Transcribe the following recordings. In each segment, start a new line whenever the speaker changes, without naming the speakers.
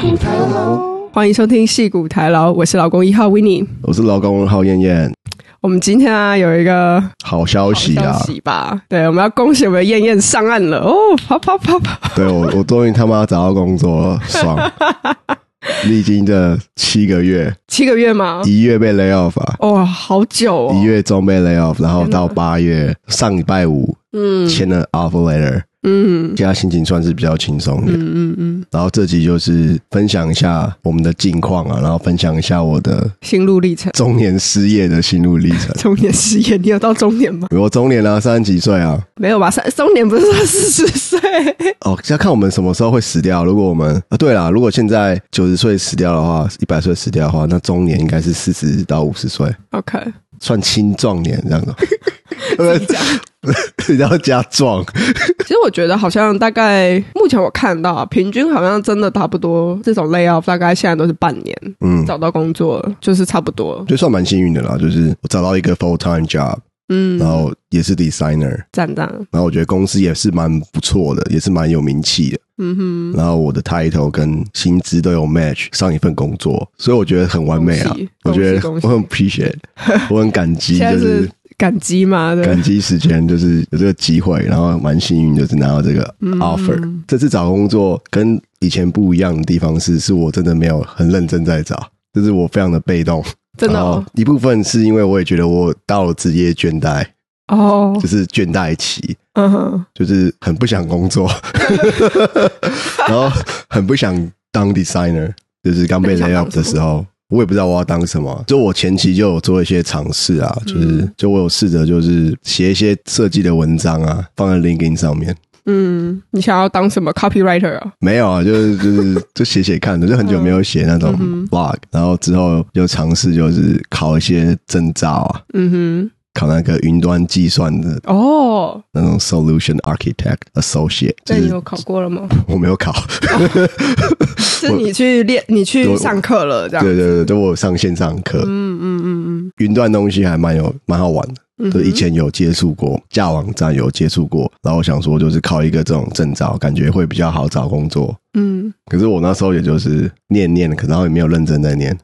骨台楼，
欢迎收听戏骨台楼，我是老公一号 w i n n i e
我是老公浩燕燕。
我们今天啊有一个
好消息
消
啊！
息吧，对，我们要恭喜我们的燕燕上岸了哦，啪啪啪啪，
对我，我终于他妈找到工作了， 爽！历经这七个月，
七个月吗？
一月被 lay off 啊，
哦，好久
一
哦，
月中被 lay off，然后到八月上礼拜五
嗯
签了 offer letter，
嗯
现在心情算是比较轻松的。
嗯嗯嗯，
然后这集就是分享一下我们的近况啊，然后分享一下我的
心路历程，。
中年失业的心路历程
中年失业，你有到中年吗？
我中年啊，三十几岁啊，
没有吧？三中年不是说四十岁？
哦，要看我们什么时候会死掉。如果我们啊，对啦，如果现在九十岁死掉的话，一百岁死掉的话，那中年应该是四十到五十岁，
OK，
算青壮年这样 子。对不对？ 比较加壮，
其实我觉得好像大概目前我看到啊，平均好像真的差不多，这种 lay off 大概现在都是半年，
嗯，
找到工作了就是差不多，
就算蛮幸运的啦。就是我找到一个 full time job，
嗯，
然后也是 designer，
赞赞，
然后我觉得公司也是蛮不错的，也是蛮有名气的。
嗯哼，
然后我的 title 跟薪资都有 match 上一份工作，所以我觉得很完美啊
恭喜！
我觉得我
恭喜
很 appreciate，我很感激，
现在
就是是
感激嘛，对，
感激时间，就是有这个机会，然后蛮幸运，就是拿到这个
嗯
offer。这次找工作跟以前不一样的地方是，是我真的没有很认真在找，就是我非常的被动。
真的
然
哦
后，一部分是因为我也觉得我到了职业倦怠，
哦
就，是倦怠期，
嗯哼，
就是很不想工 作，然后很不想当 designer，就是刚被
那你
lay
想
off
当
的时候。我也不知道我要当什么，就我前期就有做一些尝试啊，
嗯
就是、就我有试着就是写一些设计的文章啊，放在 LinkedIn 上面。
嗯，你想要当什么 copywriter 啊？
没有啊，就是就是 就写写看的，就很久没有写那种
嗯
blog，、然后之后又尝试就是考一些证照啊，
嗯
考那个云端计算的
哼，哦，
那种 solution architect associate，就
那你
是
有考过了吗？
我没有考，
是你去练，你去上课了，这样，
对对对，都我有上线上课，
嗯嗯嗯
云端东西还蛮有蛮好玩的，
嗯，
就以前有接触过，架网站有接触过，然后我想说就是靠一个这种证照，感觉会比较好找工作。
嗯，
可是我那时候也就是念念，可然后也没有认真在念，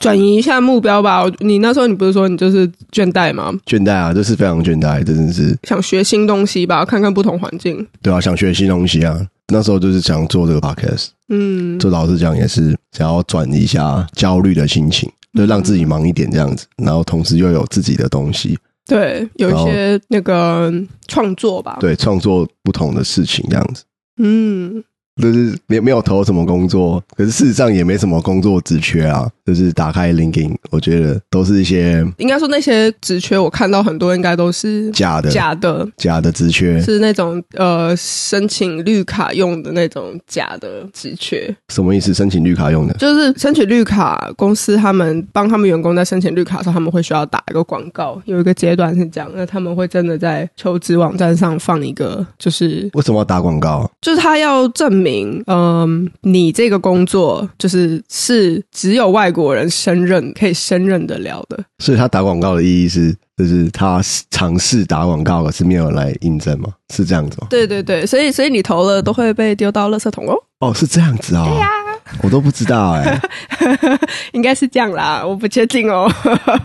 转移一下目标吧。我你那时候你不是说你就是倦怠吗？
倦怠啊，就是非常倦怠，真的是
想学新东西吧，看看不同环境。
对啊，想学新东西啊。那时候就是想做这个 podcast，
嗯，
做老师讲也是想要转移一下焦虑的心情，就让自己
嗯
忙一点这样子，然后同时又有自己的东西，
对，有一些那个创作吧。，
对，创作不同的事情这样子。
嗯，
就是没没有投什么工作，可是事实上也没什么工作职缺啊。就是打开 LinkedIn，我觉得都是一些
应该说那些职缺，我看到很多应该都是
假的
假的，
假的职缺，
是那种呃申请绿卡用的那种假的职缺，
什么意思？申请绿卡用的
就是申请绿卡公司他们帮他们员工在申请绿卡的时候，他们会需要打一个广告，有一个阶段是这样，那他们会真的在求职网站上放一个，就是
为什么要打广告？
就是他要证明，嗯，你这个工作就是是只有外国人胜任可以胜任得了的，
所以他打广告的意义是，就是他尝试打广告，可是没有人来印证吗？是这样子吗？
对对对，所以所以你投了都会被丢到垃圾桶哦。
哦，是这样子哦。对呀、我都不知道哎、
应该是这样啦，我不确定哦，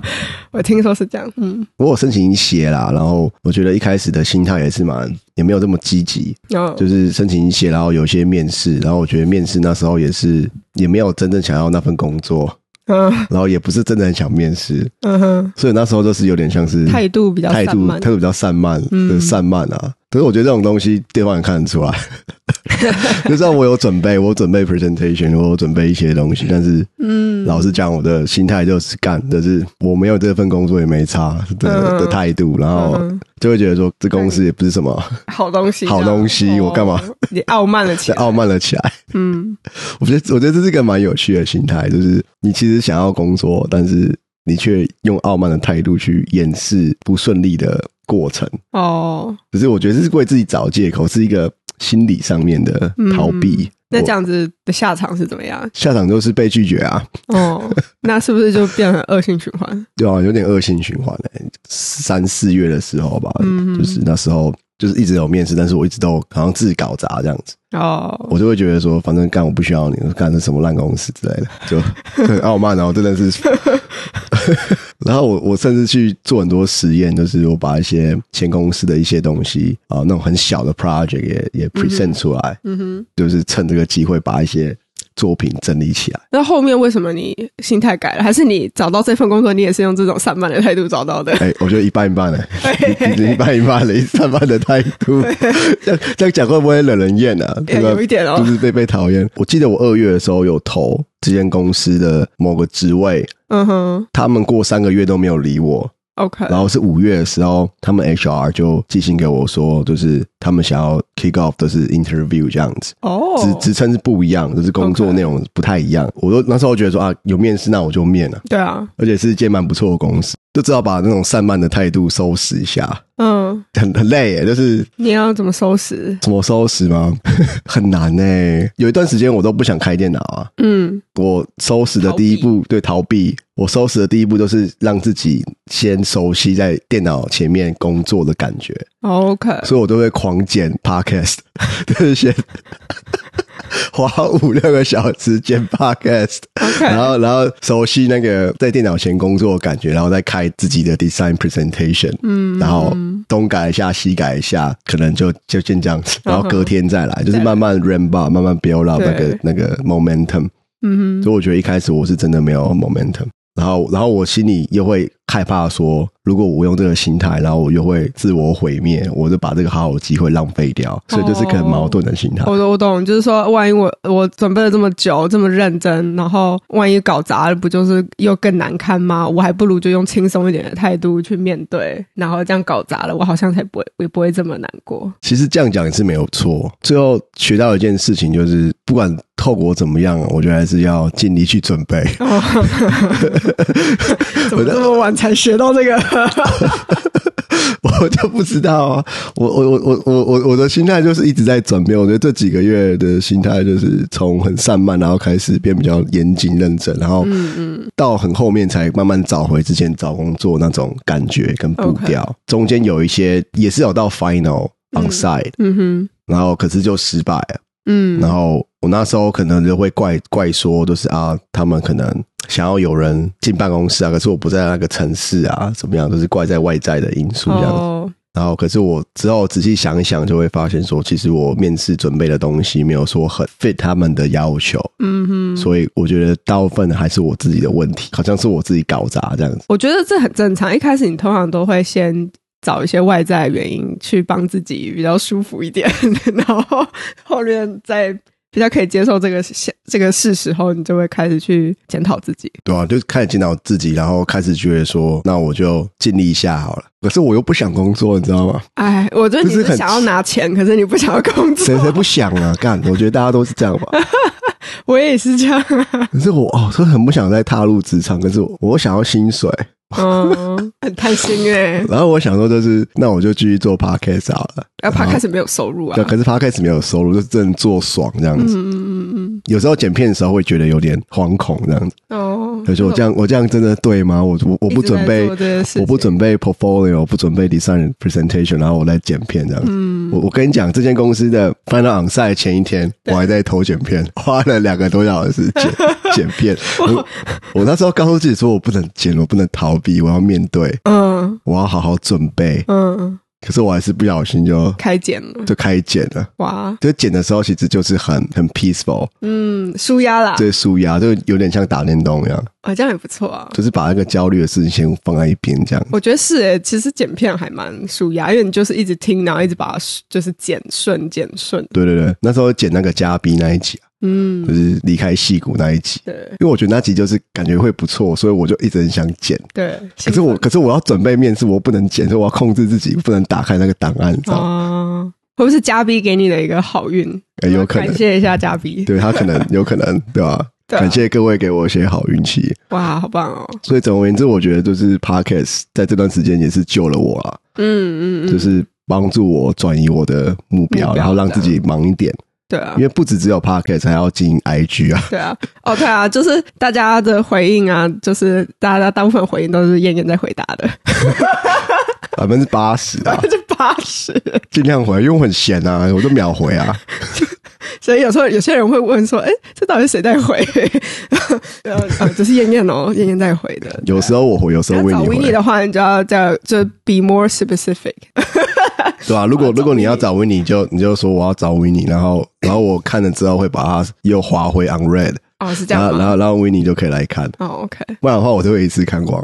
我听说是这样。嗯，
我有申请一些啦，然后我觉得一开始的心态也是蛮，也没有这么积极，
然后
就是申请一些，然后有些面试，然后我觉得面试那时候也是也没有真正想要那份工作，
嗯
然后也不是真的很想面试，
嗯哼，
所以那时候就是有点像是
态度比较
态
散
度
漫
态。度比较散漫，
嗯
嗯、散漫啊。可是我觉得这种东西对方也看得出 来，就算我有准备，我有准备 presentation，我有准备一些东西，但是
嗯，
老实讲，我的心态就是干，就是我没有这份工作也没差的、
嗯
的态度，然后
嗯
就会觉得说这公司也不是什么
好东西，
好东西
这样
我干嘛？
哦你傲慢了起
太
来。
傲慢了起来。
嗯
我觉得，我觉得这是一个蛮有趣的心态，就是你其实想要工作，但是你却用傲慢的态度去掩饰不顺利的过程。
哦，
可是我觉得这是为自己找借口，是一个心理上面的逃避。
嗯那
我
这样子的下场是怎么样？
下场就是被拒绝啊，
哦， 那是不是就变成恶性循环？
对啊，有点恶性循环、欸。三四月的时候吧，
嗯
就是那时候就是一直有面试，但是我一直都好像自搞砸这样子，
哦，
我就会觉得说，反正干我不需要你，干这什么烂公司之类的，就很傲慢，然啊后真的 是，然后我我甚至去做很多实验，就是我把一些前公司的一些东西啊、那种很小的 project 也也 present 出来，
嗯哼。
就是趁这个机会把一些作品整理起来。
那后面为什么你心态改了？还是你找到这份工作，你也是用这种散漫的态度找到的？
哎、我觉得一半一半 呢、欸，一半一半的，一半半的态度， 这样这样讲会不会惹人厌啊？
哎
这个
有一点哦
就是被被讨厌。我记得我二月的时候有投这间公司的某个职位，
嗯哼
他们过三个月都没有理我，
，OK，
然后是五月的时候，他们 HR 就寄信给我说，就是他们想要 kick off 的是 interview 这样子。
哦，
职职称是不一样，就是工作
OK
内容不太一样。我都那时候觉得说啊，有面试那我就面了、
对啊，
而且是一间蛮不错的公司，就知道把那种散漫的态度收拾一下，
嗯，
很很累耶，就是
你要怎么收拾？
怎么收拾吗？ 很难呢。有一段时间我都不想开电脑啊，
嗯，
我收拾的第一步，对，逃避。我收拾的第一步就是让自己先熟悉在电脑前面工作的感觉，
哦 OK，
所以我都会狂剪 podcast，就是 先花五六个小时剪 podcast，
OK
然后然后熟悉那个在电脑前工作的感觉，然后再开自己的 design presentation，嗯，然后东改一下西改一下，可能就就先这样子，
嗯
然后隔天再来，就是慢慢 ramp up，慢慢 build up 那个
对
那个 momentum，
嗯哼，
所以我觉得一开始我是真的没有 momentum。然后，然后我心里又会害怕说，如果我用这个心态，然后我又会自我毁灭，我就把这个好好的机会浪费掉，所以就是个很矛盾的心态。
我懂我懂，就是说，万一我我准备了这么久，这么认真，然后万一搞砸了，不就是又更难堪吗？我还不如就用轻松一点的态度去面对，然后这样搞砸了，我好像才不会，也不会这么难过。
其实这样讲也是没有错。最后学到一件事情，就是不管后果怎么样，我觉得还是要尽力去准备。
哦，怎么这么晚才学到这个？
我就不知道啊，我我我我我我我的心态就是一直在转变。我觉得这几个月的心态就是从很散漫，然后开始变比较严谨认真，然后
嗯
到很后面才慢慢找回之前找工作那种感觉跟步调。中间有一些也是有到 final on side，、
嗯哼，
然后可是就失败了。
嗯，
然后我那时候可能就会怪怪说，就是啊，他们可能想要有人进办公室啊，可是我不在那个城市啊，怎么样，都、是怪在外在的因素这样子。
哦，
然后，可是我之后仔细想一想，就会发现说，其实我面试准备的东西没有说很 fit 他们的要求，
嗯哼。
所以我觉得大部分还是我自己的问题，好像是我自己搞砸这样子。
我觉得这很正常。一开始你通常都会先找一些外在的原因去帮自己比较舒服一点， 然后后面再比较可以接受这个现这个事实后，你就会开始去检讨自己。
对啊，就开始检讨自己，然后开始觉得说，那我就尽力一下好了。可是我又不想工作，你知道吗？
哎，我觉得你
就是
是
很
想要拿钱，可是你不想要工
谁谁
作。
不想啊？干，我觉得大家都是这样吧。
我也是这样、 啊，
可是我哦，真的很不想再踏入职场，可是我我想要薪水，
嗯，很贪心哎、
然后我想说，就是那我就继续做 podcast 好了。
要怕开始没有收入啊
对，。可是 podcast 没有收入，就真的做爽这样子。
嗯嗯嗯
有时候剪片的时候会觉得有点惶恐这样子，
嗯，哦，
可是我这样我这样真的对吗？我我我不准
一直在
备
做这些事情
我不准备 portfolio，不准备 design presentation，然后我来剪片这样子。
嗯
我我跟你讲，这间公司的 final on site 前一天，我还在投剪片， 花了两个多小时剪剪 片。我我那时候告诉自己说，我不能剪，我不能逃避，我要面对，
嗯
我要好好准备。
嗯，
可是我还是不小心就
开剪了，
就开剪了。
哇，
就剪的时候，其实就是很很 peaceful，
嗯，舒压啦，
对，舒压，就有点像打电动一样。
啊，这样也不错啊。
就是把那个焦虑的事情先放在一边，这样。
我觉得是诶、其实剪片还蛮舒压，因为你就是一直听，然后一直把它就是剪顺剪顺。
对对对，那时候剪那个嘉宾那一集，啊
嗯，
就是离开戏骨那一集，
对
因为我觉得那集就是感觉会不错，所以我就一直很想剪。
对。
可是我，可是我要准备面试，我不能剪，所以我要控制自己，不能打开那个档案，你知
啊、
道吗？
哦，会不会是嘉宾给你的一个好运？
哎有可能
感谢一下嘉宾。
对他可能有可能， 对吧？
对啊
感谢各位给我一些好运气。
哇，好棒哦！
所以总而言之，我觉得就是 podcast 在这段时间也是救了我啦，
嗯嗯嗯，
就是帮助我转移我的目标，
目标
然后让
的
自己忙一点。
对啊
因，为不止只有 podcast，还要经营 IG 啊。
对啊，哦，对啊，就是大家的回应啊，就是大家大部分回应都是燕燕在回答的，
百分之八十啊，
这八十。
尽量回，因为我很闲啊，我就秒回啊。
所以有时候有些人会问说：“哎、这到底谁在回？” 然后啊，就是燕燕哦，燕燕在回的。
有时候我 回，有时候
要
为
找
你
w i n n
回，
的话，你就要叫就 be more specific。
对吧、啊如
啊
果如果你要找维尼，就你就说我要找维尼，然后然后我看了之后会把它又划回 on red，
哦，是这
然
样
后然
吗？
后然后维尼就可以来看，
哦，OK，
不然的话我就会一次看光。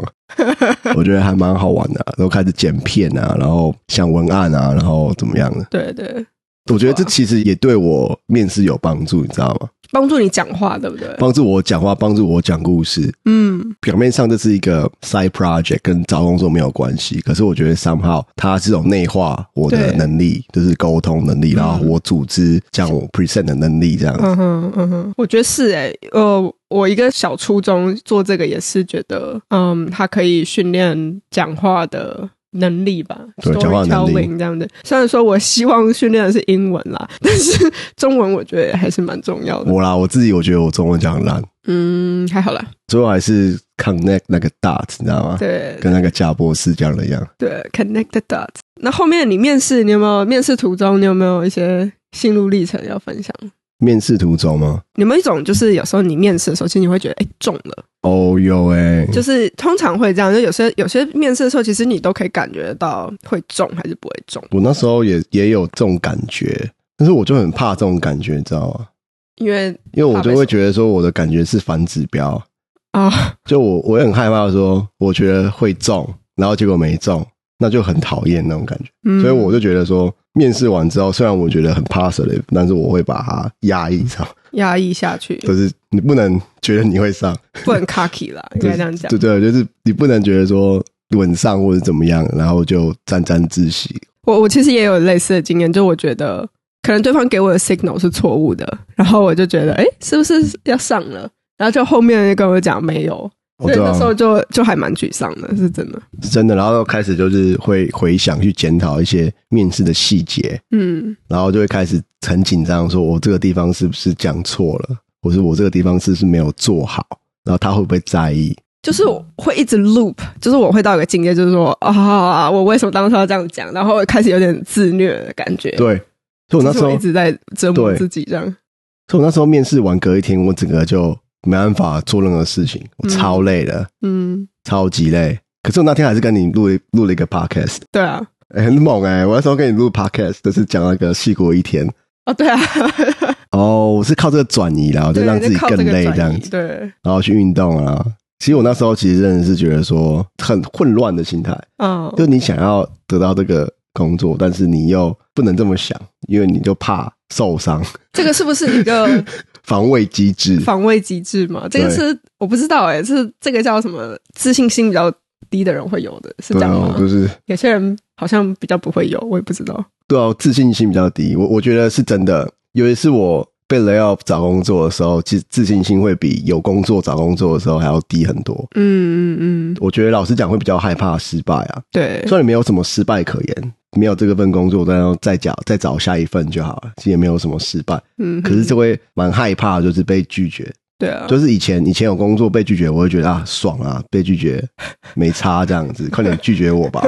我觉得还蛮好玩的、啊，然后开始剪片啊，然后想文案啊，然后怎么样的？
对对，
我觉得这其实也对我面试有帮助，你知道吗？
帮助你讲话，对不对？
帮助我讲话，帮助我讲故事。
嗯，
表面上这是一个 side project，跟找工作没有关系。可是我觉得 somehow 它这种内化我的
对
能力，就是沟通能力，然后我组织讲我 present 的能力这样子。
嗯哼，嗯哼，我觉得是诶、呃，我一个小初衷做这个也是觉得，嗯，它可以训练讲话的能力吧
对讲话能力
，storytelling 这样的。虽然说我希望训练的是英文啦， 但是中文我觉得还是蛮重要的。
我啦，我自己我觉得我中文讲很烂，
嗯，还好啦，
最后还是 connect 那个 dot，你知道吗？
对
跟那个贾博士讲的一样。
对，connect the dots。那后面你面试，你有没有面试途中，你有没有一些心路历程要分享？
面试途中吗？
有没有一种就是有时候你面试的时候，其实你会觉得哎、中了。
哦有哎、
就是通常会这样，就有些有些面试的时候，其实你都可以感觉到会中还是不会中，
我那时候也也有这种感觉，但是我就很怕这种感觉，你知道吗？
因为
因为我就
怕被
会觉得说我的感觉是反指标，
啊、
就我我也很害怕说我觉得会中，然后结果没中，那就很讨厌那种感觉。
嗯
所以我就觉得说，面试完之后，虽然我觉得很 positive，但是我会把它压抑上，
压抑下去，
就是你不能觉得你会上，
不能 cocky 啦，应
就
该
是
这样讲
对。对，就是你不能觉得说稳上或者怎么样，然后就沾沾自喜。
我我其实也有类似的经验，就我觉得可能对方给我的 signal 是错误的，然后我就觉得哎、诶是不是要上了？然后就后面人就跟我讲没有，
哦
所以
对
那时候
啊，
就就还蛮沮丧的，是真的。
是真的，然后开始就是会回想去检讨一些面试的细节，
嗯，
然后就会开始很紧张，说我这个地方是不是讲错了，或是我这个地方是不是没有做好，然后他会不会在意？
就是我会一直 loop，就是我会到一个境界，就是说啊、我为什么当初要这样讲？然后开始有点自虐的感觉。
对，所以我那
其
时
实
候，
一
所
直在折磨
对
自己，这样
以我那时候面试完隔一天，我整个就没办法做任何事情，我
嗯
超累的，
嗯，
超级累。可是我那天还是跟你录了录了一个 podcast，
对啊，
哎、很猛哎、我那时候跟你录 podcast，就是讲那个戏骨一天。
哦， 对啊，
哦，我是靠这个转移啦，我就
对，
让自己
靠
更
这个
累
转
这样
移
子，
对，
然后去运动啊。其实我那时候其实真的是觉得说很混乱的心态，
嗯，
就你想要得到这个工作，但是你又不能这么想，因为你就怕受伤，
这个是不是一个
防卫机制。
防卫机制嘛？这个
对
是我不知道、欸，哎，是这个叫什么？自信心比较低的人会有的，是
对
这样
啊，
吗
我？就是
有些人好像比较不会有，我也不知道。
对啊，我自信心比较低。我我觉得是真的。有一次我被 lay off 找工作的时候，其实自信心会比有工作找工作的时候还要低很多。
嗯嗯嗯，
我觉得老实讲，会比较害怕失败啊。
对
虽然没有什么失败可言，没有这个份工作，但要再找再找下一份就好了，其实也没有什么失败。
嗯，
可是就会蛮害怕，就是被拒绝。
对啊，
就是以前以前有工作被拒绝，我会觉得啊爽啊，被拒绝没差这样子，快点拒绝我吧，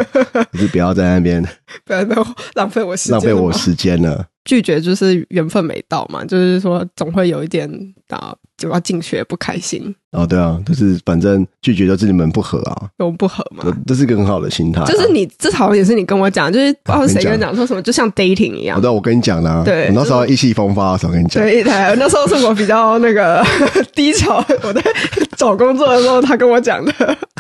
就是不要在那边
不要不要浪费我时间
浪
了嘛，
费我时间了。
拒绝就是缘分没到嘛，就是说总会有一点啊，就要进去也不开心，
哦，对啊，就是反正拒绝就是你们不合啊，
有不合嘛
这。这是一个很好的心态啊、啊
就是你，这好像也是你跟我讲，就是不知道
我跟你
谁
讲
跟你讲说什么，就像 dating 一
好
样。
的，我跟你讲啦，
对
我那时候意气风发的时候跟你讲，
对，台那时候是我比较那个 低潮，我在找工作的时候，他跟我讲的，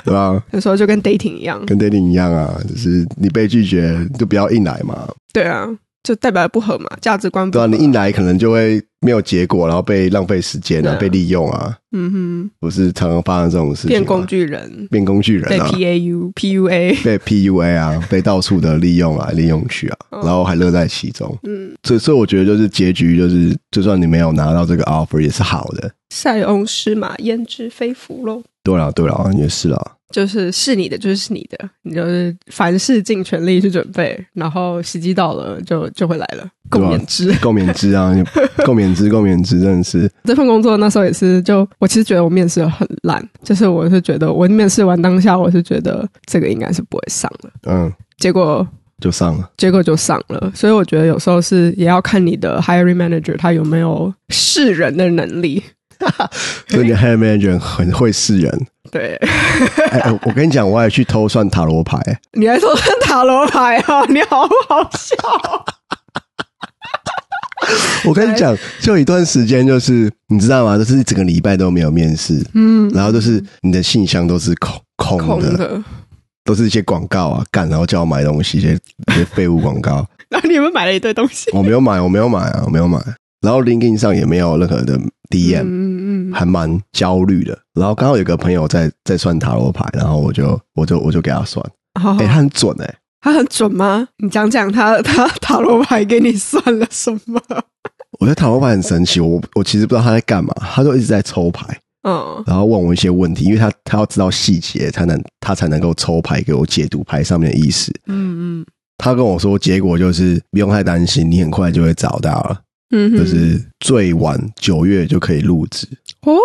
对吧？
那时候就跟 dating 一样。
跟 dating 一样啊，就是你被拒绝就不要硬来嘛，
对啊，就代表不合嘛，价值观不
对
合。
啊，你硬来可能就会没有结果，然后被浪费时间啊，
对啊
被利用啊，
嗯
不是常常发生这种事
哼，
情、啊，
变工具人，
变工具人
被
啊，
PAU、PUA。
被 PUA 啊，被到处的利用来利用去啊，然后还乐在其中。
嗯，
所以，所以我觉得就是结局就是，就算你没有拿到这个 offer 也是好的。
塞翁失马，焉知非福喽。
对啦，对啦，也是啦。
就是是你的就是你的，你就是凡事尽全力去准备，然后时机到了就就会来了，
啊
共勉之。
共勉之 啊，你共勉之，共勉之，真的是
这份工作那时候也是就，我其实觉得我面试得很烂，就是我是觉得我面试完当下，我是觉得这个应该是不会上了，
嗯，
结果
就上了。
结果就上了。所以我觉得有时候是也要看你的 hiring manager 他有没有识人的能力。
所以 你的 head manager 很会识人。
对，
哎、哎我跟你讲，我也去偷算塔罗牌、
你还说塔罗牌啊？你好好笑啊！
我跟你讲，就有一段时间，就是你知道吗？就是整个礼拜都没有面试，
嗯，
然后就是你的信箱都是空空的，
空的。
都是一些广告啊，干，然后叫我买东西，一些一些废物广告。
然后你们买了一堆东西。
我没有买，我没有买啊，我没有买。然后 LinkedIn 上也没有任何的 DM，、
嗯嗯嗯，
还蛮焦虑的。然后刚好有个朋友在在算塔罗牌，然后我就我就我就给他算，
好
哎、他很准哎、
他很准吗？你讲讲他他塔罗牌给你算了什 么？
我觉得塔罗牌很神奇，我我其实不知道他在干嘛，他就一直在抽牌，
嗯
然后问我一些问题，因为他他要知道细节，才能他才能够抽牌给我解读牌上面的意思。
嗯嗯
他跟我说，结果就是不用太担心，你很快就会找到了。
嗯哼，
就是最晚九月就可以入职，
哦，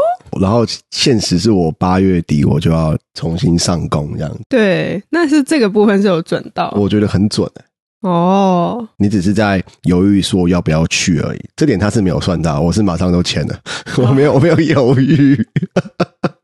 然后现实是我八月底我就要重新上工，这样
对，那是这个部分是有准到
我觉得很准、欸。
哦。
你只是在犹豫说要不要去而已，这点他是没有算到，我是马上都签了，
哦
我没有我没有犹 豫。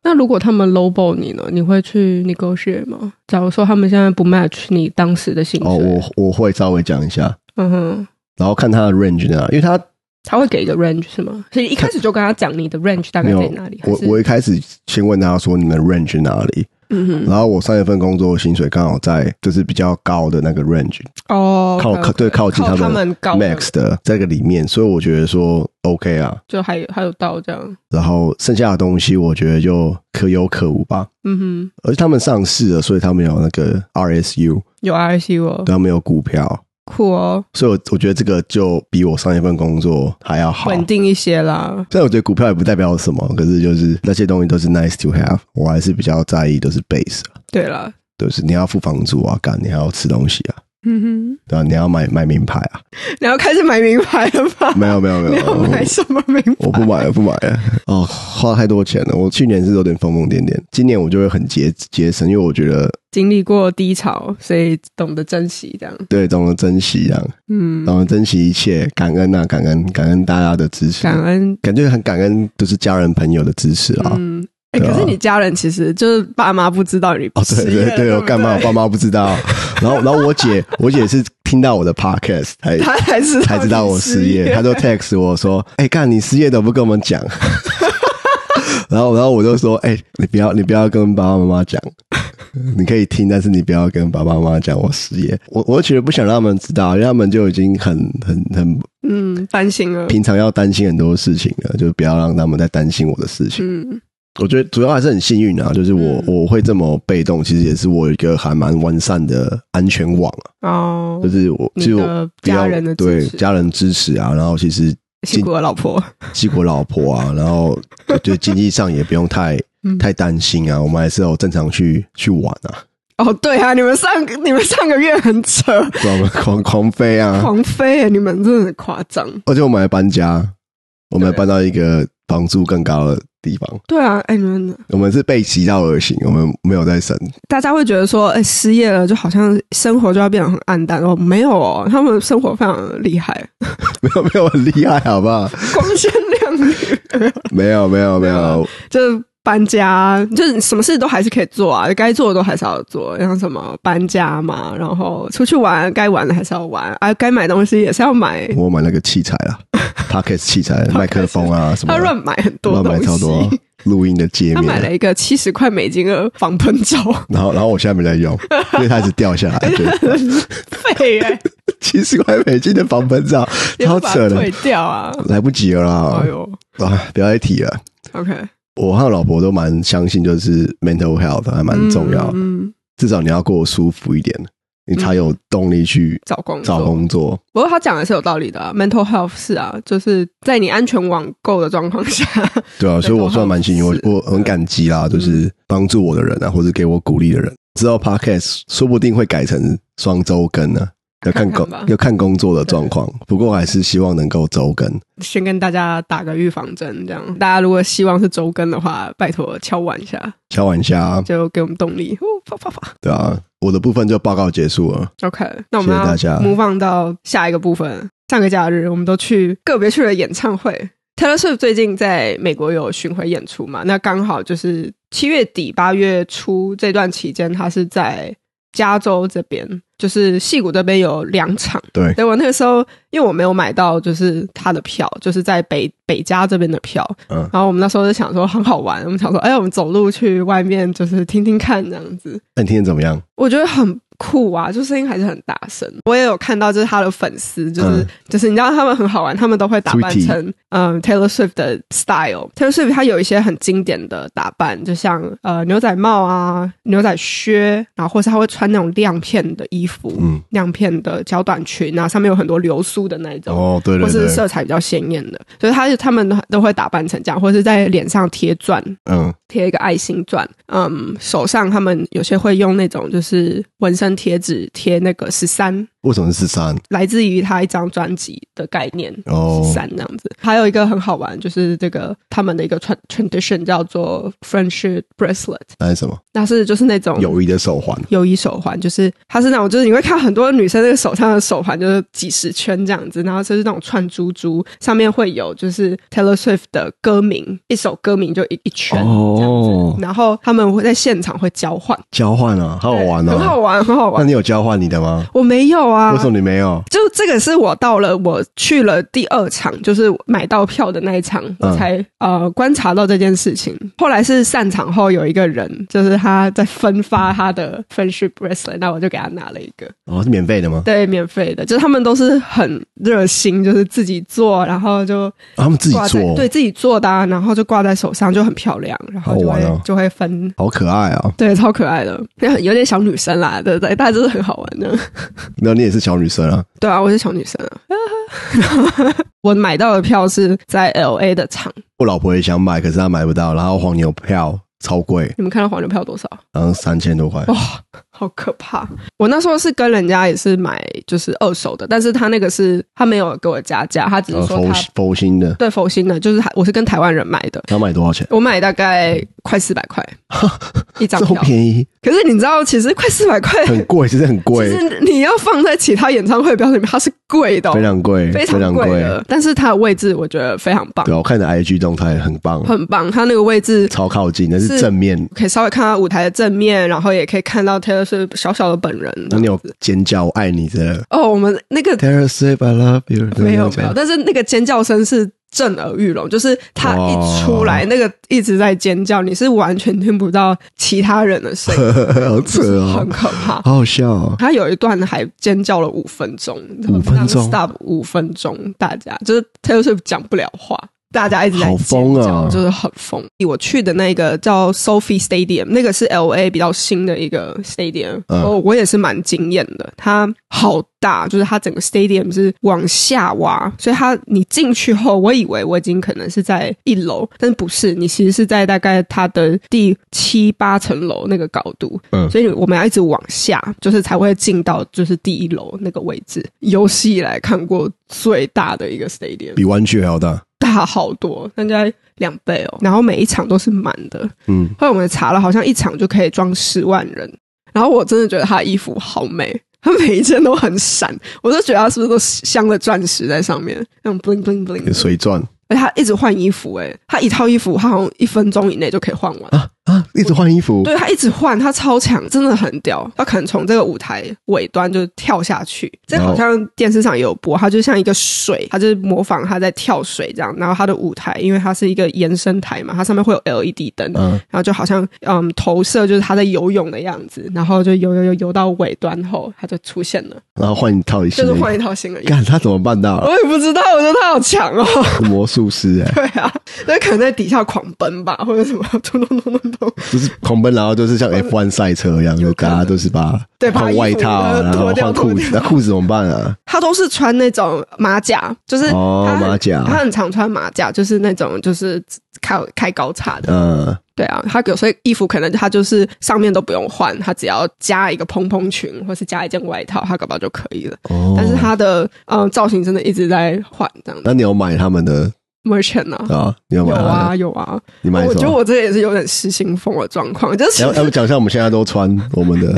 那如果他们 lowball 你呢？你会去 negotiate 吗？假如说他们现在不 match 你当时的薪水，
哦，我我会稍微讲一下，
嗯哼，
然后看他的 range 在哪，因为他
他会给一个 range 是吗？所以一开始就跟他讲你的 range 大
没
概
有
在哪里？还
我
是
我一开始先问他说你们 range 哪里，
嗯哼
然后我上一份工作的薪水刚好在就是比较高的那个 range，
哦
靠
OK，OK
靠对靠近他
靠
们
他们高的
max 的这个里面，所以我觉得说 OK 啊。
就还有还有到这样，
然后剩下的东西，我觉得就可有可无吧。
嗯哼。
而且他们上市了，所以他们有那个 RSU，
有 RSU 哦，
他们有股票，
酷哦，
所以我我觉得这个就比我上一份工作还要好。
稳定一些啦。
虽然我觉得股票也不代表什么，可是就是那些东西都是 nice to have，我还是比较在意都是 base，啊
对啦，
就是你要付房租啊，干你还要吃东西啊，
嗯
对吧、你要买买名牌啊，
哼，你要开始买名牌了吗？
没有没有 没
你
有，
要
我
买什么名牌？
我不买了，不买了。哦，花太多钱了。我去年是有点疯疯癫癫，今年我就会很节节省，因为我觉得
经历过低潮，所以懂得珍惜这样。
对懂得珍惜这样，
嗯，
懂得珍惜一切，感恩啊，感恩，感恩大家的支持，
感恩。
感觉很感恩，就是家人朋友的支持啊。
嗯，哎，
对啊
可是你家人其实就是爸妈不知道你
哦，对
失
对
业了
对，我干嘛？我
嗯对
爸妈不知道。然后，然后我姐，我姐是听到我的 podcast 才
他才知道
才知道我失
你
业，她就 text 我说：“哎、干你失业都不跟我们讲。”然后，然后我就说：“哎、你不要，你不要跟爸爸妈妈讲，你可以听，但是你不要跟爸爸妈妈讲我失业。我我觉得不想让他们知道，因为他们就已经很很很
嗯，担心了。
平常要担心很多事情了，就不要让他们再担心我的事情。
嗯
我觉得主要还是很幸运啊，就是我、我会这么被动，其实也是我有一个还蛮完善的安全网啊，
哦
就，是我
你
其实我
的
比较
家人的
对
支持，
家人支持啊，然后其实
辛苦了老婆。
结果老婆 啊，然后对对经济上也不用太
嗯
太担心啊，我们还是有正常去去玩 啊，
哦，对啊，你们上你们上个月很扯，
不然我们狂狂飞啊，
狂飞，你们真的很夸张。
而且我们还搬家，我们还
对
搬到一个房租更高的地方，
对啊，哎，你们
我们是被骑到而行，我们没有在省，
大家会觉得说，哎、失业了就好像生活就要变得很暗淡哦，没有哦，他们生活非常的厉害，
没有没有很厉害，好不好？
光鲜亮丽，
没有没有没
啊
有，
就是搬家，啊就是什么事都还是可以做啊，该做的都还是要做，像什么搬家嘛，然后出去玩，该玩的还是要玩，啊，该买东西也是要买，
我买那个器材啊 p o c k e t 器 材、麦克风啊什么
他
的，
乱买很多
乱
东
买超多啊
西。
录音的界
他买
面。啊
了一个七十块美金的防喷罩，
然后，然后我现在没在 用，因为它一直掉下来，就
废哎、
七十块美金的防喷罩，
也
超
不把它
扯的，
退掉啊！
来不及了啦
哎！呦
啊，不要再提了。
，OK，
我和我老婆都蛮相信，就是 mental health 还蛮重要，
嗯，嗯
至少你要过得舒服一点。你才有动力去
找工作
找工作。
不过他讲的是有道理的、啊、，mental health 是啊，就是在你安全网购的状况下，
对啊，
对
所以我算蛮幸运，我
都好嗯
我很感激啦，就是帮助我的人啊，或者给我鼓励的人。之后 podcast 说不定会改成双周更呢、啊要看
看
工
看吧
要看工作的状 况，不过还是希望能够周更。
先跟大家打个预防针，这样大家如果希望是周更的话，拜托敲碗一下，
敲完一下，
就给我们动力，哦，啪啪啪。
啊对啊，我的部分就报告结束了。
OK，那我
谢
们
谢
要
大家
move on 到下一个部分。上个假日我们都去个别去了演唱会，Taylor Swift 最近在美国有巡回演出嘛？那刚好就是七月底八月初这段期间，他是在加州这边，就是戏谷这边有两场。
对
所以我那个时候因为我没有买到就是他的票，就是在北北加这边的票，
嗯
然后我们那时候就想说很好玩，我们想说，哎，我们走路去外面就是听听看这样子，
哎那你听得怎么样？
我觉得很酷啊，就声音还是很大声。我也有看到，就是他的粉丝，就是、
嗯
就是你知道他们很好玩，他们都会打扮
Sweetie
成嗯 Taylor Swift 的 style。Taylor Swift 他有一些很经典的打扮，就像呃牛仔帽啊、牛仔靴，然后或是他会穿那种亮片的衣服，
嗯，
亮片的小短裙啊，上面有很多流苏的那种。
哦，对
或
对
是
对，
色彩比较鲜艳的，所以他他们都都会打扮成这样，或是在脸上贴钻，
嗯，
贴一个爱心钻，嗯，手上他们有些会用那种就是纹身贴纸贴那个十三，
为什么是三？
来自于他一张专辑的概念，
哦
十三这样子。还有一个很好玩，就是这个他们的一个 tra- tradition 叫做 friendship bracelet，
那是什么？
那是就是那种
友谊的手环。
友谊手环，就是它是那种，就是你会看很多女生那个手上的手环就是几十圈这样子，然后就是那种串珠珠，上面会有就是 Taylor Swift 的歌名，一首歌名就一一圈这样子，
哦
然后他们会在现场会交换，
交换啊，好好玩
对很好
哦。
玩，很好
那
玩。
你有交换你的吗？
我没有啊
为，什么你没有？
就这个是我到了我去了第二场，就是买到票的那一场，
嗯
我才、呃观察到这件事情。后来是散场后有一个人，就是他在分发他的 friendship bracelet，那我就给他拿了一个，
哦，是免费的吗？
对，免费的。就是他们都是很热心，就是自己做，然后就
啊他们自己
挂在
做，
对，自己做的、啊，然后就挂在手上，就很漂亮，然后就
好
会、
玩哦
就会分
好可爱啊！
对，超可爱的， 有点小女生啦，对对，但真的很好玩的。
那你也是小女生啊？
对啊，我是小女生啊。 我买到的票是在 L A 的场，
我老婆也想买，可是她买不到，然后黄牛票超贵，
你们看到黄牛票多少？
然后三千多块。
哇、好可怕！我那时候是跟人家也是买就是二手的，但是他那个是他没有给我加价，他只
然
是
后
说
呃佛
他
佛心的，
对佛心的，就是他我是跟台湾人买的，
要买多少钱？
我买大概快四百 块一张
这么
票，
便宜，
可是你知道，其实快四百块，
很贵，其实很
就
贵，
是你要放在其他演唱会表里面，它是贵的哦、
非常贵，
非
非
常
常
贵
贵。
的，但是它的位置我觉得非常棒，
对啊，我看你的 IG 动态很棒，
很棒。它那个位置
超靠近，那
是
是正面。
可以稍微看到舞台的正面，然后也可以看到 Taylor Swift 小小的本人。
那你有尖叫“爱你”的
哦，我们那个
“Taylor Swift I love you”？
没有
这
没有，
样
但是那个尖叫声是震耳欲聋，就是他一出来，
哇
那个一直在尖叫，你是完全听不到其他人 的声音，
好扯
很
哦，
可怕。
好好笑哦。
他有一段还尖叫了五分钟，
五分钟
stop 五分钟，大家就是 Taylor Swift 讲不了话，大家一直在
好疯
尖叫
啊
就是很疯。我去的那个叫 Sophie Stadium，那个是 L A 比较新的一个 stadium，
嗯
哦、我也是蛮惊艳的，它好大，就是它整个 stadium 是往下挖，所以它你进去后，我以为我已经可能是在一楼，但是不是，你其实是在大概它的第七八层楼那个高度，
嗯
所以我们要一直往下，就是才会进到就是第一楼那个位置，有史以来看过最大的一个 stadium，
比湾区还要大，
大好多，大概两倍哦。然后每一场都是满的，
嗯，
后来我们查了，好像一场就可以装十万人。然后我真的觉得她衣服好美，她每一件都很闪，我都觉得她是不是都镶了钻石在上面，那种 bling bling bling。
水钻
而且她一直换衣服、欸，诶，她一套衣服，她好像一分钟以内就可以换完。
啊啊，一直换衣服，
对她一直换，她超强，真的很屌。她可能从这个舞台尾端就跳下去，这
然后
好像电视上也有播，她就像一个水，她就是模仿她在跳水这样。然后她的舞台，因为它是一个延伸台嘛，它上面会有 LED 灯，
嗯，
然后就好像嗯投射就是他在游泳的样子，然后就游游游游到尾端后，他就出现了，
然后换一套新
就
的
是
衣服。
换一套新的衣服。
干他怎么办到啊
我
了？
也不知道，我觉得他好强哦。
魔术师哎、
对啊，那可能在底下狂奔吧，或者什么，咚咚咚咚动，
就是狂奔，然后就是像 F1 赛车一样，就大家都是把
对把
换
衣服
外套，啊
呃
然后
脱掉
换裤
脱
子
掉，
那裤子怎么办啊？
他都是穿那种马甲，就是他
哦
很
马甲
他很常穿马甲，就是那种就是开开高叉的，
嗯，
对啊，他有些衣服可能他就是上面都不用换，他只要加一个蓬蓬裙或是加一件外套，他搞不好就可以了。
哦，呃
但是他的嗯、呃造型真的一直在换这样子
那你有买他们的
merchant 啊。
啊？你有
有
买他们的？
啊有啊，
你买
我
什
觉得
么？
我这也是有点失心疯的状况，就是
要要不讲一下，我们现在都穿我们 的，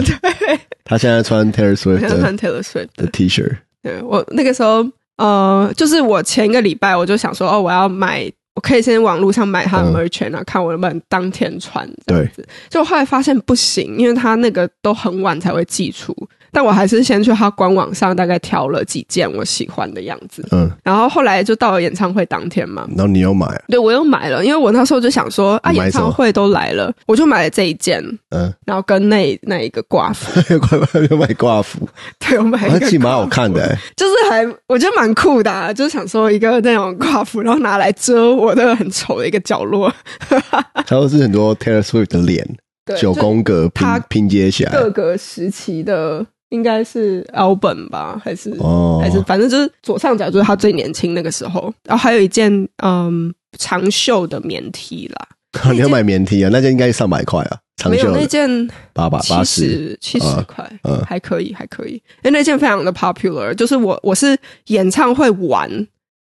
他现在穿 Taylor
我
Swift
现在
的
穿 Taylor Swift
的 T 恤，
对我那个时候，呃，就是我前一个礼拜我就想说，哦，我要买，我可以先网络上买它的
嗯
merchant，、然后看我能不能当天穿。
对，
就后来发现不行，因为它那个都很晚才会寄出。但我还是先去它官网上大概挑了几件我喜欢的样子，
嗯，
然后后来就到了演唱会当天嘛，
然后你有买，啊
对我又买了，因为我那时候就想说啊，
你买
演
什么
唱会都来了，我就买了这一件，
嗯，
然后跟那那一个挂服，
快快就买挂服，
对我买了一
那
个
其实蛮
挂
好
服
看的欸，
就是还我觉得蛮酷的、啊，就是想说一个那种挂服，然后拿来遮我那个很丑的一个角落，
它都是很多 Taylor Swift 的脸，
对，
九
就
宫格拼
它
拼接起来
各，个时期的应该是 album 吧，还是、
哦，
还是反正就是左上角就是他最年轻那个时候，然后还有一件嗯长袖的棉 T 啦，
你要买棉 T 啊？那件应该上百块啊，长
没有
袖
那
的
件
八百八十，
七十七十
嗯
块，
嗯
还可以还可以，因为那件非常的 popular，就是我我是演唱会完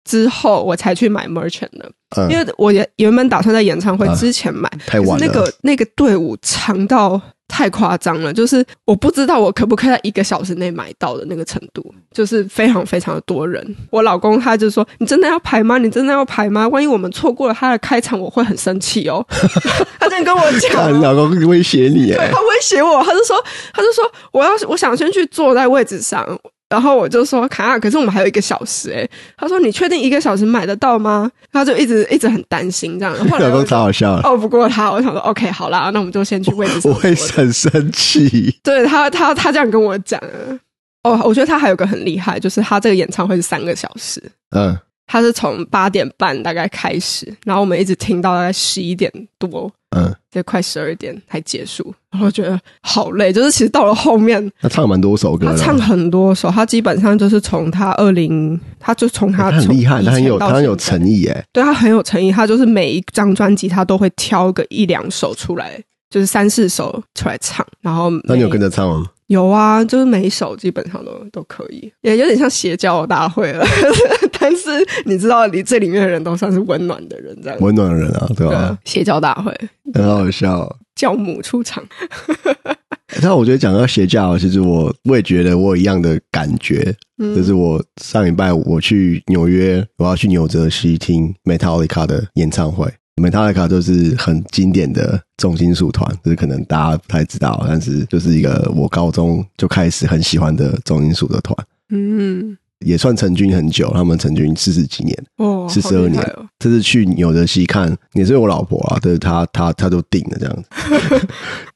之后我才去买 merchant 的。
嗯，
因为我也原本打算在演唱会
啊
之前买，
太
可
晚
是
了，
那个那个队伍长到太夸张了，就是我不知道我可不可以在一个小时内买到的那个程度，就是非常非常的多人。我老公他就说：“你真的要排吗？你真的要排吗？万一我们错过了他的开场，我会很生气哦。”他这样跟我讲
啊
哦、
你老公威胁你
对
哎，
他威胁我，他就说，他就说我要我想先去坐在位置上，然后我就说卡卡，可是我们还有一个小时诶、他说你确定一个小时买得到吗？他就一直一直很担心这样，后来
老
我
公
就
超好笑了，
拗不过他，我想说 OK 好啦，哦那我们就先去位置上
我
坐
会很生气。
对他他他这样跟我讲，哦，我觉得他还有个很厉害，就是他这个演唱会是三个小时。
嗯，
他是从八点半大概开始，然后我们一直听到大概十一点多，
嗯，
就快十二点才结束，然后觉得好累。就是其实到了后面，
他唱蛮多首歌
他
的，
唱很多首，他基本上就是从他二零，他就从
哎他
他
很
从
厉害，
以
他很
前
有
到
他很有
现在
诚意哎，
对他很有诚意。他就是每一张专辑，他都会挑个一两首出来，就是三四首出来唱。然后
那你有
每
跟着唱吗？
有啊，就是每一首基本上都都可以，也有点像邪教大会了。 但是你知道，你这里面的人都算是温暖的人，这样
温暖的人啊，对
对
吧
啊？邪教大会，
很好笑。哎
教母出场。
但我觉得讲到邪教，其实我我也觉得我有一样的感觉，
嗯
就是我上礼拜我去纽约，我要去纽泽西听 Metallica 的演唱会。Metallica 就是很经典的重金属团，就是可能大家不太知道，但是就是一个我高中就开始很喜欢的重金属的团，
嗯，
也算成军很久，他们成军四十几年。
哦，
42
好厉害
年
哦，
这次去纽泽西看，也是我老婆啊，就是她她她都定了这样子，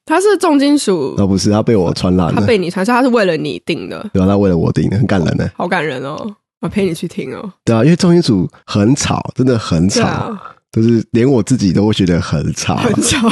他是重金属
那，不是她被我穿烂
他
了，
被你传销，他是为了你定的，
对吧、啊她为了我定的，很感人呢、
好感人哦。我陪你去听哦，
对啊，因为重金属很吵，真的很
对
吵，
啊，
就是连我自己都会觉得很吵。
很巧，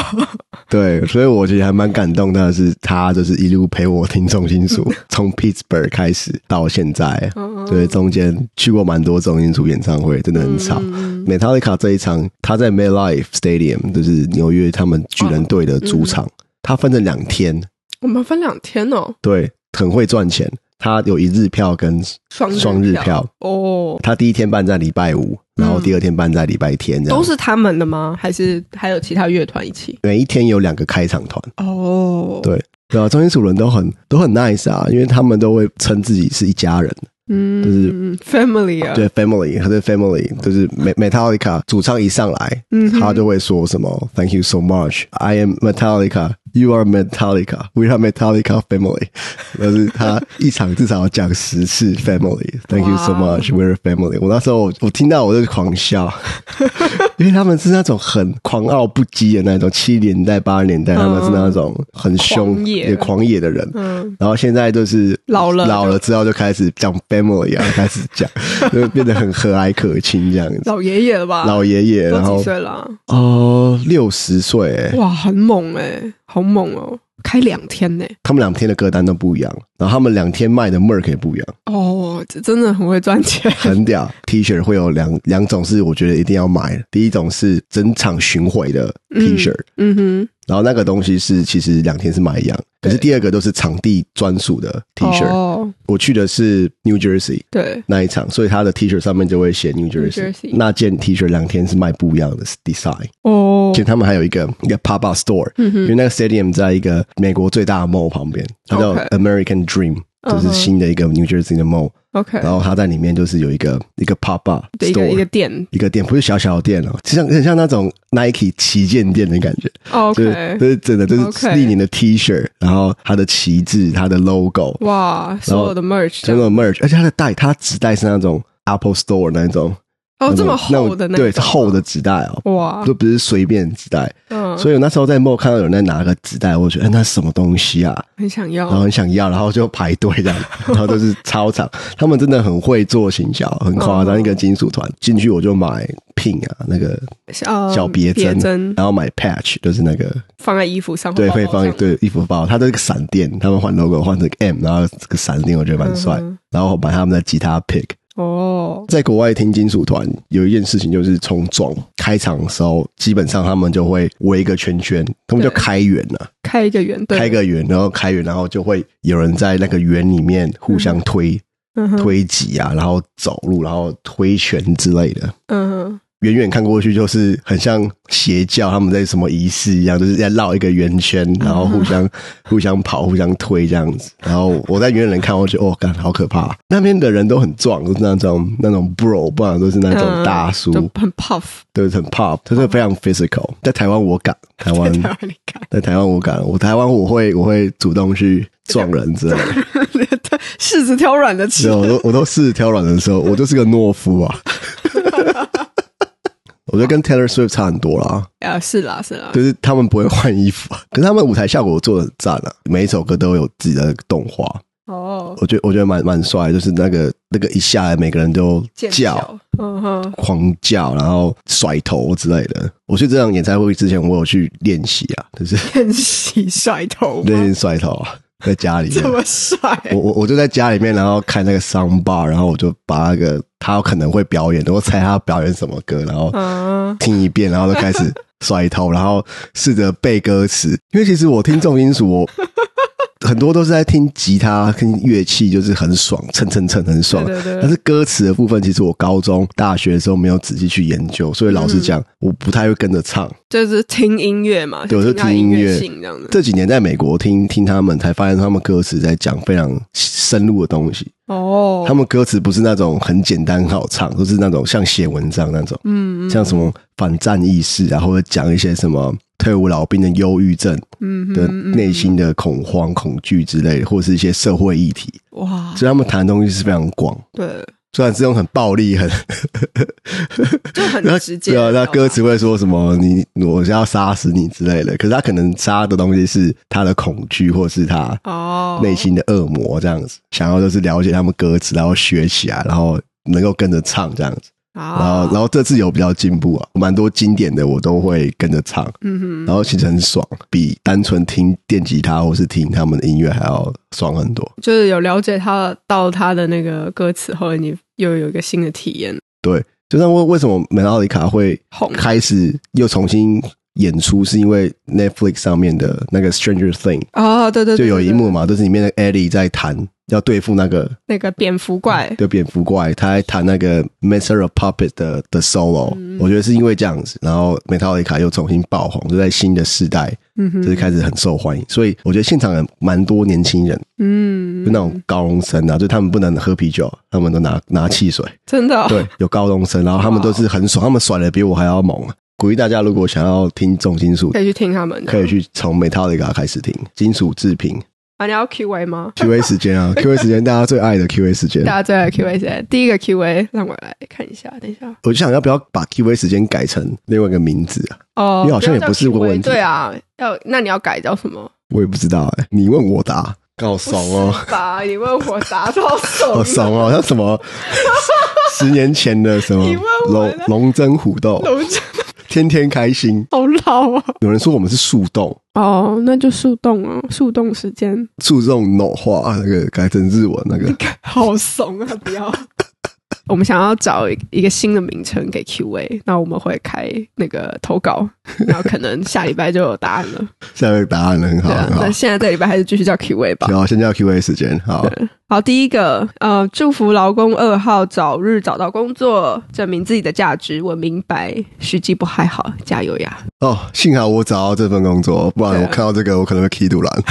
对，所以我其实还蛮感动的是，他就是一路陪我听重金 属，从 Pittsburgh 开始到现在，
嗯
对，中间去过蛮多重金属演唱会，真的很吵。
嗯
Metallica 这一场，他在 MetLife Stadium，就是纽约他们巨人队的主场，
嗯
他分成两天，
我们分两天哦，
对，很会赚钱。他有一日票跟
双
双日票，
哦，
他第一天办在礼拜五，然后第二天办在礼拜天，这样
嗯都是他们的吗？还是还有其他乐团一起？
每一天有两个开场团，
哦，
对对啊，中间主人都很都很 nice 啊，因为他们都会称自己是一家人，
嗯，
就是
family 啊，
对 family，他的 family 就是 Me- Metallica 主唱一上来，
嗯哼
他就会说什么 Thank you so much, I am Metallica, You are Metallica, we are Metallica family。但 是他一场至少要讲十次 family，Thank you so
哇
much, we're a family。我那时候我我听到我就狂笑， 因为他们是那种很狂傲不羁的那种，七零年代八十年代他们是那种很凶
狂野
也狂野的人。
嗯，
然后现在就是
老了
老了之后就开始讲 family 啊，开始 讲，就变得很和蔼可亲这样子。
老爷爷了吧？
老爷爷，然
都
后
几岁了啊、
哦，六十岁欸，
哇，很猛哎、好猛哦！开两天呢、
他们两天的歌单都不一样，然后他们两天卖的 Merc 也不一样，
哦，这真的很会赚钱。
很屌。T 恤会有两两种是我觉得一定要买的，第一种是整场巡回的 T 恤，
嗯哼
然后那个东西是其实两天是买一样，可是第二个都是场地专属的 T 恤。
哦，
我去的是 New Jersey
对，
那一场，所以他的 T 恤上面就会写 New
New
Jersey。
Jersey
那件 T 恤两天是卖不一样的 design，
哦
而且，他们还有一个一个 pop up store，
嗯
因为
哼，
那个 stadium 在一个美国最大的 mall 旁边，它叫
OK
American Dream，就
嗯
是
哼
新的一个 New Jersey 的 mall，
，OK，
然后它在里面就是有一个一个 pop up
对一个一个
store。
店
一个店不是小小的店哦，就像很像那种 Nike 旗舰店的感觉，
哦，OK，
就是就是真的，就是
OK
历年的 T 恤，然后它的旗帜、它的 logo，
嗯哇，所有的 merch，这哦
整
样
个 merge，而且它的带，它纸带是那种 Apple Store 那一种，
哦，
那
这
种
么厚的
那种
那
对，
种
厚的纸袋哦，
哇，
就不是随便纸袋。
嗯，
所以我那时候在 mall 看到有人在拿个纸袋，我就觉得、哎、那是什么东西啊？
很想
然后
要，
很想要，然后就排队这 样，然后都是超长，他们真的很会做行销，很夸张。
嗯
一个金属团进去我就买 pin 啊，那个
呃
小别针
针，哦
然后买 patch，就是那个
放在衣服上，
对
或包
会
包
放
上，
对衣服包，它这个闪电，他们换 logo 换这个 M，然后这个闪电我觉得蛮帅
嗯哼。
然后我买他们的吉他 pick，
哦，
在国外听金属团有一件事情就是冲撞开场的时候，基本上他们就会围一个圈圈，他们叫
对
开圆了、啊。
开一个圆，对，
开，个圆，然后开圆，然后就会有人在那个圆里面互相推、
嗯哼，
推挤啊，然后走路，然后挥拳之类的。
嗯哼，
远远看过去，就是很像邪教他们在什么仪式一样，就是在绕一个圆圈，然后互
嗯
相、互相跑、互相推这样子。然后我在远远地看，我觉得哦，干好可怕！那边的人都很壮，都是那种那种 bro，不然都是那种
嗯
大叔，
就哦很 puff，
对，很 pop，就是非常 physical。在台湾我敢，台 湾
在台湾你看，
在台湾我敢，我台湾我会我会主动去撞人之类的。
柿子挑软的吃
对，，我都我都试挑软的时候，我就是个懦夫 啊。我觉得跟 Taylor Swift 差很多啦，
啊，是啦，是啦，
就是他们不会换衣服啊，可是他们舞台效果做的很赞啊，每一首歌都有自己的动画，
哦，
我觉得我觉得蛮蛮帅，就是那个那个一下来每个人都
剑
叫，
桥，嗯哼，
狂叫，然后甩头之类的。我去这场演唱会之前，我有去练习啊，就是
练习甩头吗，
练习甩头啊，在家里面
这么帅，
我我我就在家里面，然后看那个 sound bar，然后我就把那个他可能会表演的，我猜他表演什么歌，然后
嗯，
听一遍，然后就开始甩头，然后试着背歌词。因为其实我听重金属， 我很多都是在听吉他、听乐器，就是很爽，蹭蹭蹭很爽。
对对
但
对，
是歌词的部分，其实我高中、大学的时候没有仔细去研究，所以老
嗯
实讲，我不太会跟着唱。
就是听音乐嘛，
对我就
它
听音
音
乐
性这样子。
这几年在美国听听他们，才发现他们歌词在讲非常深入的东西。
哦，
他们歌词不是那种很简单很好唱，都是那种像写文章那种，
嗯
像什么反战意识啊，或者讲一些什么退伍老兵的忧郁症
嗯
的
嗯嗯
内心的恐慌、恐惧之类的，或者是一些社会议题。
哇，
所以他们谈的东西是非常广，
对，
虽然是用很暴力、很
就很直 接
对啊，
的表达。
那歌词会说什么你我是要杀死你之类的，可是他可能杀的东西是他的恐惧，或是他
哦，
内心的恶魔这样子。想要就是了解他们歌词，然后学起来，然后能够跟着唱这样子。然后
啊，，
然后这次有比较进步啊，蛮多经典的我都会跟着唱，
嗯哼，
然后其实很爽，比单纯听电吉他或是听他们的音乐还要爽很多。
就是有了解他到他的那个歌词后，你又有一个新的体验。
对，就像为为什么美奥里卡会
红
开始又重新演出，是因为 Netflix 上面的那个 Stranger Thing
哦，对对，
就
对
有一
对
幕嘛，就是里面的 Ellie 在弹要对付那个
那个蝙蝠怪，
对蝙蝠怪，他在弹那个 Master of Puppet 的的 solo，、我
嗯
觉得是因为这样子，然后 Metallica 又重新爆红，就在新的世代。
嗯哼，
就是开始很受欢迎，所以我觉得现场有蛮多年轻人，
嗯
就，那种高中生啊，就他们不能喝啤酒，他们都拿拿汽水，
真的哦
对，有高中生，然后他们都是很爽，他们甩的比我还要猛啊。鼓励大家，如果想要听重金属
可，以去听他们的。
可以去从 Metallica 开始听金属制品。
啊，你要 Q A 吗？
Q A 时间啊，Q A 时间，大家最爱的 Q A 时间
大。家最爱 Q A 谁？第一个 Q A 让我来看一下，等一下
我就想要不要把 Q A 时间改成另外一个名字啊？
哦，
你好像也不是
要叫 Q&A
问问题
对啊，要那你要改叫什么？
我也不知道哎、你问我答，好怂哦，
不是吧？你问我答 到
好
怂，
怂哦，像什么 十年前的什么
你问我
龙
的
龙争虎斗，
都真的
天天开心。
好老 啊！
有人说我们是树洞，
哦，那就树洞啊，树洞时间，
树洞 no 话啊那个改成日文那个，
好怂啊！不要。 我们想要找一一个新的名称给 Q&A，那我们会开那个投 稿，然后可能下礼拜就有答案了。
下面答案很好
对啊
很，好
那。现在这礼拜还是继续叫 Q&A 吧。
然后先叫 Q A 时间，好，
好，第一个，呃，祝福劳工二号早日找到工作，证明自己的价值。我明白时机不还好，加油呀！
哦，幸好我找到这份工作，不然
对
我
啊
看到这个我可能会 K 杜兰。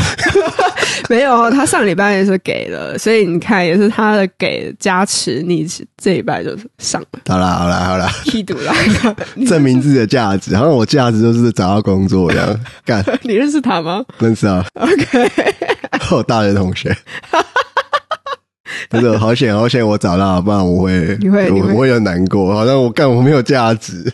没有哦，他上礼拜也是给了，所以你看也是他的给加持，你这礼拜就上了，
好啦，好啦，好 啦，
踢赌了。
证明自己的价值，好像我价值就是找到工作一样。干，
你认识他吗
认识啊，
？OK，
我大学同学。 真的好险，好险！我找到，不然我会，
你会你
我
会
我会有难过。好像我干，我没有价 值，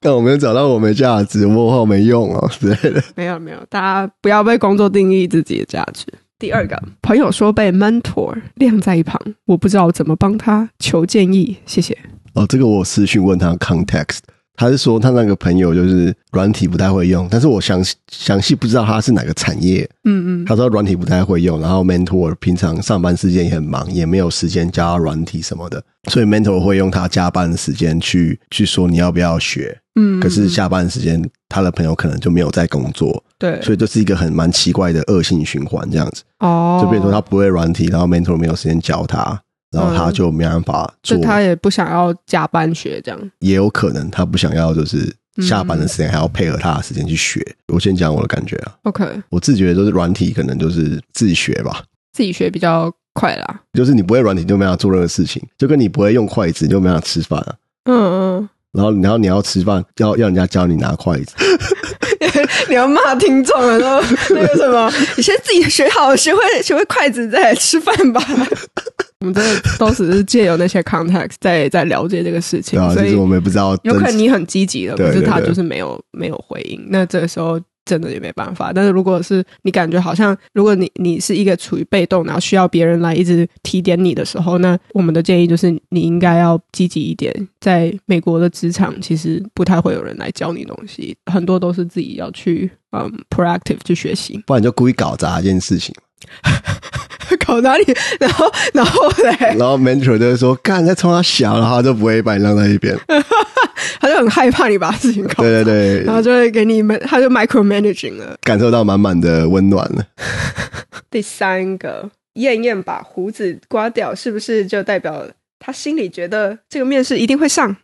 干我没有找到我没价值，我好没用哦之类的。
没有没有，大家不要被工作定义自己的价值。第二个朋友说被 mentor 晾在一旁，我不知道怎么帮他，求建议，谢谢。
哦，这个我私讯问他 context，他是说他那个朋友就是软体不太会用，但是我详细详细不知道他是哪个产业。
嗯嗯，
他说软体不太会用，然后 mentor 平常上班时间也很忙，也没有时间教他软体什么的，所以 mentor 会用他加班的时间去去说你要不要学。
嗯，
可是下班时间他的朋友可能就没有在工作，
对，
所以这是一个很蛮奇怪的恶性循环，这样子。
哦，嗯
就变成说他不会软体，然后 mentor 没有时间教他，然后他就没办法做
就。他也不想要加班学这样。
也有可能他不想要，就是下班的时间还要配合他的时间去学。
嗯
我先讲我的感觉啊，
OK，
我自己觉得就是软体可能就是自学吧，
自己学比较快啦。
就是你不会软体就没办法做任何事情，就跟你不会用筷子你就没办法吃饭啊。
嗯嗯，
然后，然后你要吃饭，要要人家教你拿筷子，
你要骂听众了， 然后那个什么，你先自己学好，学会学会筷子再来吃饭 吧。我们真的都只是借由那些 context 在在了解这个事情，
对啊，
所
就是
以
我们也不知道真
有可能你很积极的，
对
可是他
对对
就是没有没有回应，那这个时候。真的也没办法，但是如果是你感觉好像，如果你你是一个处于被动，然后需要别人来一直提点你的时候，那我们的建议就是你应该要积极一点。在美国的职场，其实不太会有人来教你东西，很多都是自己要去嗯 proactive 去学习。
不然你就故意搞砸一件事情。
搞哪里？ 然后然后嘞，
然后 mentor 就会说：“干，在冲他小，然后他就不会把你让在一边。
他就很害怕你把事情”搞，
对 对
然
对，
后就会给你们，他就 micromanaging 了。
感受到满满的温暖了。
第三个，燕燕把胡子刮掉，是不是就代表她心里觉得这个面试一定会 上？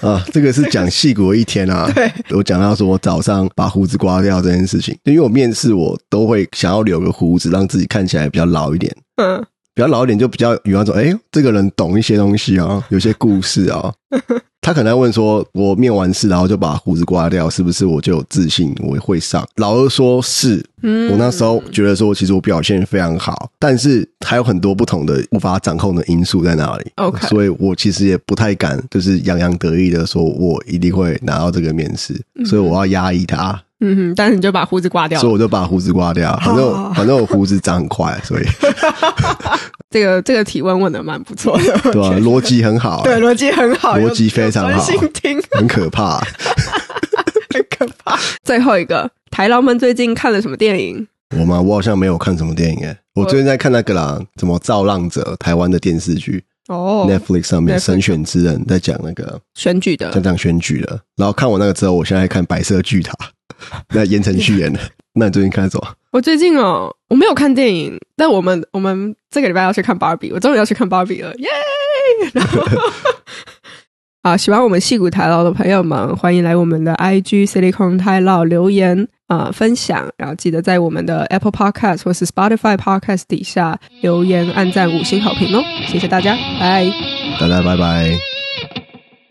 啊，这个是讲戏骨的一天啊。
对，
我讲到说我早上把胡子刮掉这件事情，因为我面试我都会想要留个胡子，让自己看起来比较老一点。
嗯，
比较老一点就比较有那种，哎、这个人懂一些东西啊，有些故事 啊。他可能会问说，我面完试然后就把胡子刮掉，是不是我就有自信我会上？老二说是，
嗯
我那时候觉得说，其实我表现非常好，但是还有很多不同的无法掌控的因素在那里。
OK
所以我其实也不太敢，就是洋洋得意的说，我一定会拿到这个面试，所以我要压抑它，
嗯哼，但是你就把胡子刮嗯掉哦
所以。我就把胡子刮掉。反正我
好
反正我胡子长很快，所以
这个这个提问问的蛮不错的，
对 吧、逻辑很好、
对，逻辑很好，
逻辑
有
非常好
有专心听，
很可怕、啊
很可怕。最后一个，台劳们最近看了什么电影？
我吗？我好像没有看什么电影诶、欸我最近在看那个啦，什么《造浪者》台湾的电视剧、
哦
n e t f l i x 上面
Netflix
神选之人在讲那个
选举的
像这样选举了。然后看完那个之后，我现在看《白色巨塔》，那言承旭演的。那你最近看什么？
我最近哦，我没有看电影，但我们我们这个礼拜要去看芭比，我终于要去看芭比了，耶！然后啊，喜欢我们戏骨台老的朋友们，欢迎来我们的 IG Silicon 台老留言啊、分享，然后记得在我们的 Apple Podcast 或是 Spotify Podcast 底下留言、按赞、五星好评哦，谢谢大家，拜。
大家拜拜。